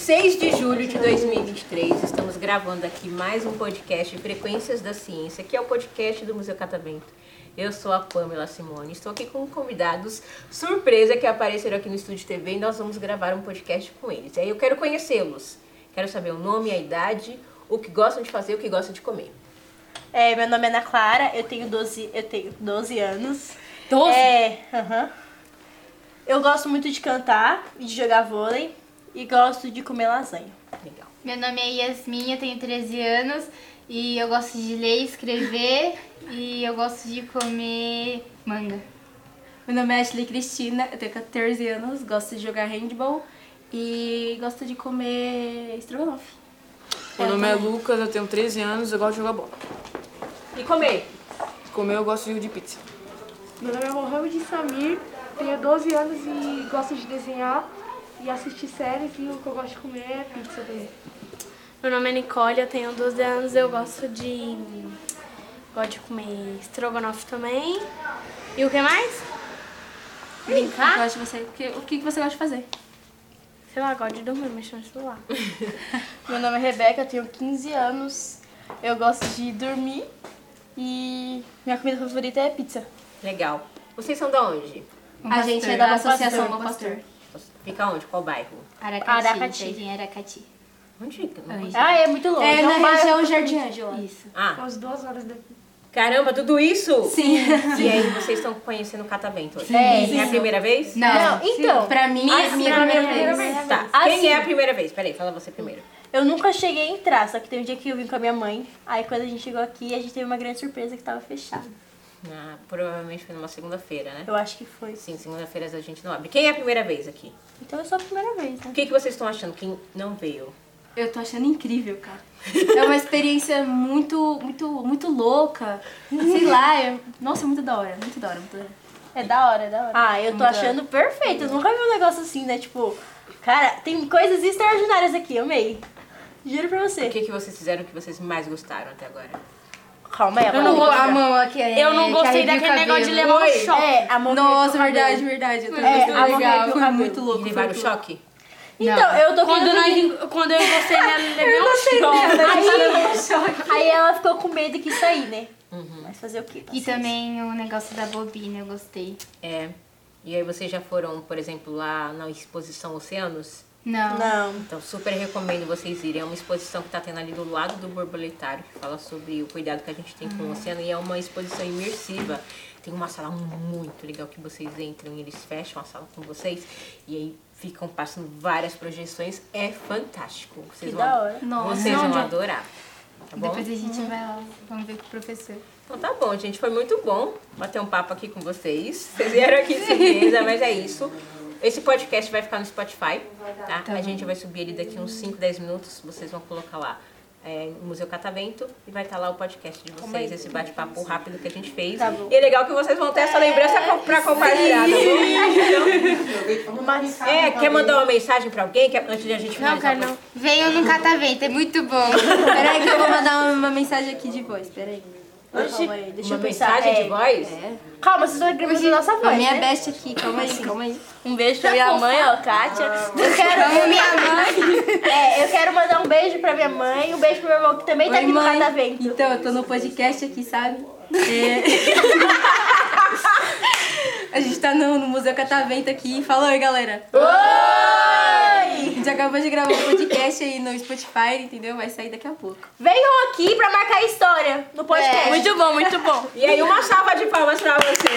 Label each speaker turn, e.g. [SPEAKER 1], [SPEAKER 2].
[SPEAKER 1] 6 de julho de 2023, estamos gravando aqui mais um podcast Frequências da Ciência, que é o podcast do Museu Catavento. Eu sou a Pamela Simone, estou aqui com convidados surpresa que apareceram aqui no Estúdio TV e nós vamos gravar um podcast com eles. E aí eu quero conhecê-los, quero saber o nome, a idade, o que gostam de fazer, o que gostam de comer.
[SPEAKER 2] É, meu nome é Ana Clara, eu tenho 12, eu tenho 12 anos.
[SPEAKER 1] 12?
[SPEAKER 2] É, aham. Eu gosto muito de cantar e de jogar vôlei e gosto de comer lasanha.
[SPEAKER 1] Legal.
[SPEAKER 3] Meu nome é Yasmin, eu tenho 13 anos e eu gosto de ler e escrever e eu gosto de comer manga.
[SPEAKER 4] Meu nome é Ashley Cristina, eu tenho 14 anos, gosto de jogar handball e gosto de comer estrogonofe.
[SPEAKER 5] Meu nome é Lucas, eu tenho 13 anos, eu gosto de jogar bola.
[SPEAKER 1] E comer?
[SPEAKER 5] Comer eu gosto de de pizza.
[SPEAKER 6] Meu nome é Mohamed Samir, tenho 12 anos e gosto de desenhar e assistir séries e o que eu gosto de comer é pizza também.
[SPEAKER 7] Meu nome é Nicole, eu tenho 12 anos, eu gosto de. Gosto de comer estrogonofe também. E o que mais?
[SPEAKER 4] Brincar? Gosto de você. O que, o que você gosta de fazer?
[SPEAKER 7] Sei lá, gosto de dormir, mexer no celular.
[SPEAKER 8] Meu nome é Rebeca, eu tenho 15 anos. Eu gosto de dormir e minha comida favorita é pizza.
[SPEAKER 1] Legal. Vocês são da onde?
[SPEAKER 4] a gente é da Associação Bom Pastor.
[SPEAKER 1] Fica onde? Qual bairro?
[SPEAKER 3] Aracati,
[SPEAKER 2] Aracati.
[SPEAKER 3] Jardim Aracati.
[SPEAKER 1] Onde fica? Não
[SPEAKER 3] Anjo.
[SPEAKER 2] Ah, é muito longe.
[SPEAKER 4] É
[SPEAKER 7] Então
[SPEAKER 2] um
[SPEAKER 7] né?
[SPEAKER 4] na
[SPEAKER 2] bairro-
[SPEAKER 4] região Jardim Angela.
[SPEAKER 3] Isso.
[SPEAKER 1] Ah,
[SPEAKER 6] Umas duas horas depois.
[SPEAKER 1] caramba, tudo isso?
[SPEAKER 4] Sim.
[SPEAKER 1] E aí vocês estão conhecendo o Catavento hoje?
[SPEAKER 2] É,
[SPEAKER 1] É a primeira vez?
[SPEAKER 3] Não,
[SPEAKER 2] Então,
[SPEAKER 4] Pra mim, é a minha
[SPEAKER 2] pra mim é a
[SPEAKER 4] primeira
[SPEAKER 2] primeira
[SPEAKER 4] vez.
[SPEAKER 1] Tá, quem
[SPEAKER 2] Assim.
[SPEAKER 1] é a primeira vez? Peraí, fala você primeiro.
[SPEAKER 2] eu nunca cheguei a entrar, só que teve um dia que eu vim com a minha mãe. Aí quando a gente chegou aqui, a gente teve uma grande surpresa que tava fechado.
[SPEAKER 1] Na- Ah, provavelmente foi numa segunda-feira, né?
[SPEAKER 2] Eu acho que foi.
[SPEAKER 1] Sim, segunda-feira a gente não abre. Quem é a primeira vez aqui?
[SPEAKER 2] Então é só a primeira vez, né?
[SPEAKER 1] O que, que vocês estão achando? Quem não veio?
[SPEAKER 4] Eu tô achando incrível, cara. É uma experiência muito, muito, muito louca. Sei lá, é- nossa, muito da hora, muito da hora, muito da hora.
[SPEAKER 2] É da hora, é da hora. Ah, eu tô
[SPEAKER 4] Muito
[SPEAKER 2] achando perfeito. Eu nunca vi um negócio assim, né? Tipo, cara, tem coisas extraordinárias aqui, amei. Juro pra
[SPEAKER 1] O
[SPEAKER 2] você.
[SPEAKER 1] que, que vocês fizeram que vocês mais gostaram até agora?
[SPEAKER 4] Um
[SPEAKER 2] Calma aí, agora.
[SPEAKER 4] go- a mão aqui.
[SPEAKER 7] Eu não gostei daquele negócio de levar um choque.
[SPEAKER 2] É, a mão
[SPEAKER 4] Nossa,
[SPEAKER 2] arrepia o cabelo.
[SPEAKER 4] verdade, verdade. Eu tô
[SPEAKER 2] É, a mão
[SPEAKER 4] legal.
[SPEAKER 2] arrepia o
[SPEAKER 4] Foi
[SPEAKER 2] cabelo.
[SPEAKER 4] muito louco.
[SPEAKER 1] E
[SPEAKER 4] foi
[SPEAKER 1] levaram
[SPEAKER 4] muito louco.
[SPEAKER 1] choque?
[SPEAKER 2] Então, eu tô
[SPEAKER 7] Quando,
[SPEAKER 2] querendo que-
[SPEAKER 7] nós, quando eu encostei nela, levei um choque.
[SPEAKER 2] um Aí, aí ela ficou com medo que sair, né? Mas fazer o quê?
[SPEAKER 3] E
[SPEAKER 2] Paciência.
[SPEAKER 3] também o negócio da bobina, eu gostei.
[SPEAKER 1] É. E aí vocês já foram, por exemplo, lá na exposição Oceanos?
[SPEAKER 3] Não.
[SPEAKER 2] Não.
[SPEAKER 1] Então, super recomendo vocês irem. É uma exposição que está tendo ali do lado do borboletário, que fala sobre o cuidado que a gente tem
[SPEAKER 2] Hum.
[SPEAKER 1] com o oceano. E é uma exposição imersiva. Tem uma sala muito legal que vocês entram e eles fecham a sala com vocês. E aí ficam passando várias projeções. É fantástico. Vocês
[SPEAKER 2] Que
[SPEAKER 1] vão,
[SPEAKER 2] da hora.
[SPEAKER 4] Nossa,
[SPEAKER 1] vocês vão
[SPEAKER 4] onde?
[SPEAKER 1] adorar. Tá bom?
[SPEAKER 3] Depois a gente vai lá, vamos ver com o professor.
[SPEAKER 1] Então tá bom, gente. Foi muito bom bater um papo aqui com vocês. Vocês vieram aqui de surpresa, mas é isso. Esse podcast vai ficar no Spotify, tá? A gente vai subir ele daqui uns 5, 10 minutos. Vocês vão colocar lá é, Museu Catavento e vai estar lá o podcast de vocês, esse bate-papo rápido que a gente fez. E é legal que vocês vão ter essa lembrança pra- pra compartilhar, tá bom? Então, é, quer mandar uma mensagem pra alguém quer, antes de a gente
[SPEAKER 7] Não,
[SPEAKER 1] finalizar
[SPEAKER 7] cara,
[SPEAKER 1] o
[SPEAKER 7] não.
[SPEAKER 3] Venham no catavento, é muito bom.
[SPEAKER 4] Peraí que eu vou mandar uma mensagem aqui de voz, peraí.
[SPEAKER 2] Calma aí, deixa
[SPEAKER 1] Uma
[SPEAKER 2] eu pensar.
[SPEAKER 1] mensagem
[SPEAKER 2] É,
[SPEAKER 1] de voz?
[SPEAKER 2] Calma, vocês estão gravando a nossa
[SPEAKER 4] A
[SPEAKER 2] voz.
[SPEAKER 4] minha
[SPEAKER 2] né?
[SPEAKER 4] best aqui, calma aí, calma aí.
[SPEAKER 2] Um beijo pra minha mãe, ó, Kátia. Eu quero. minha mãe. É, eu quero mandar um beijo pra minha mãe, um beijo pro meu irmão que também tá aqui no catavento.
[SPEAKER 4] Então, eu tô no podcast aqui, sabe? É. a gente tá no, no Museu Catavento aqui. Fala oi, galera. Oi! A gente acabou de gravar um podcast aí no Spotify, entendeu? Vai sair daqui a pouco.
[SPEAKER 2] Venham aqui pra marcar a história no podcast.
[SPEAKER 4] Muito bom, muito bom.
[SPEAKER 1] E aí, uma salva de palmas pra vocês.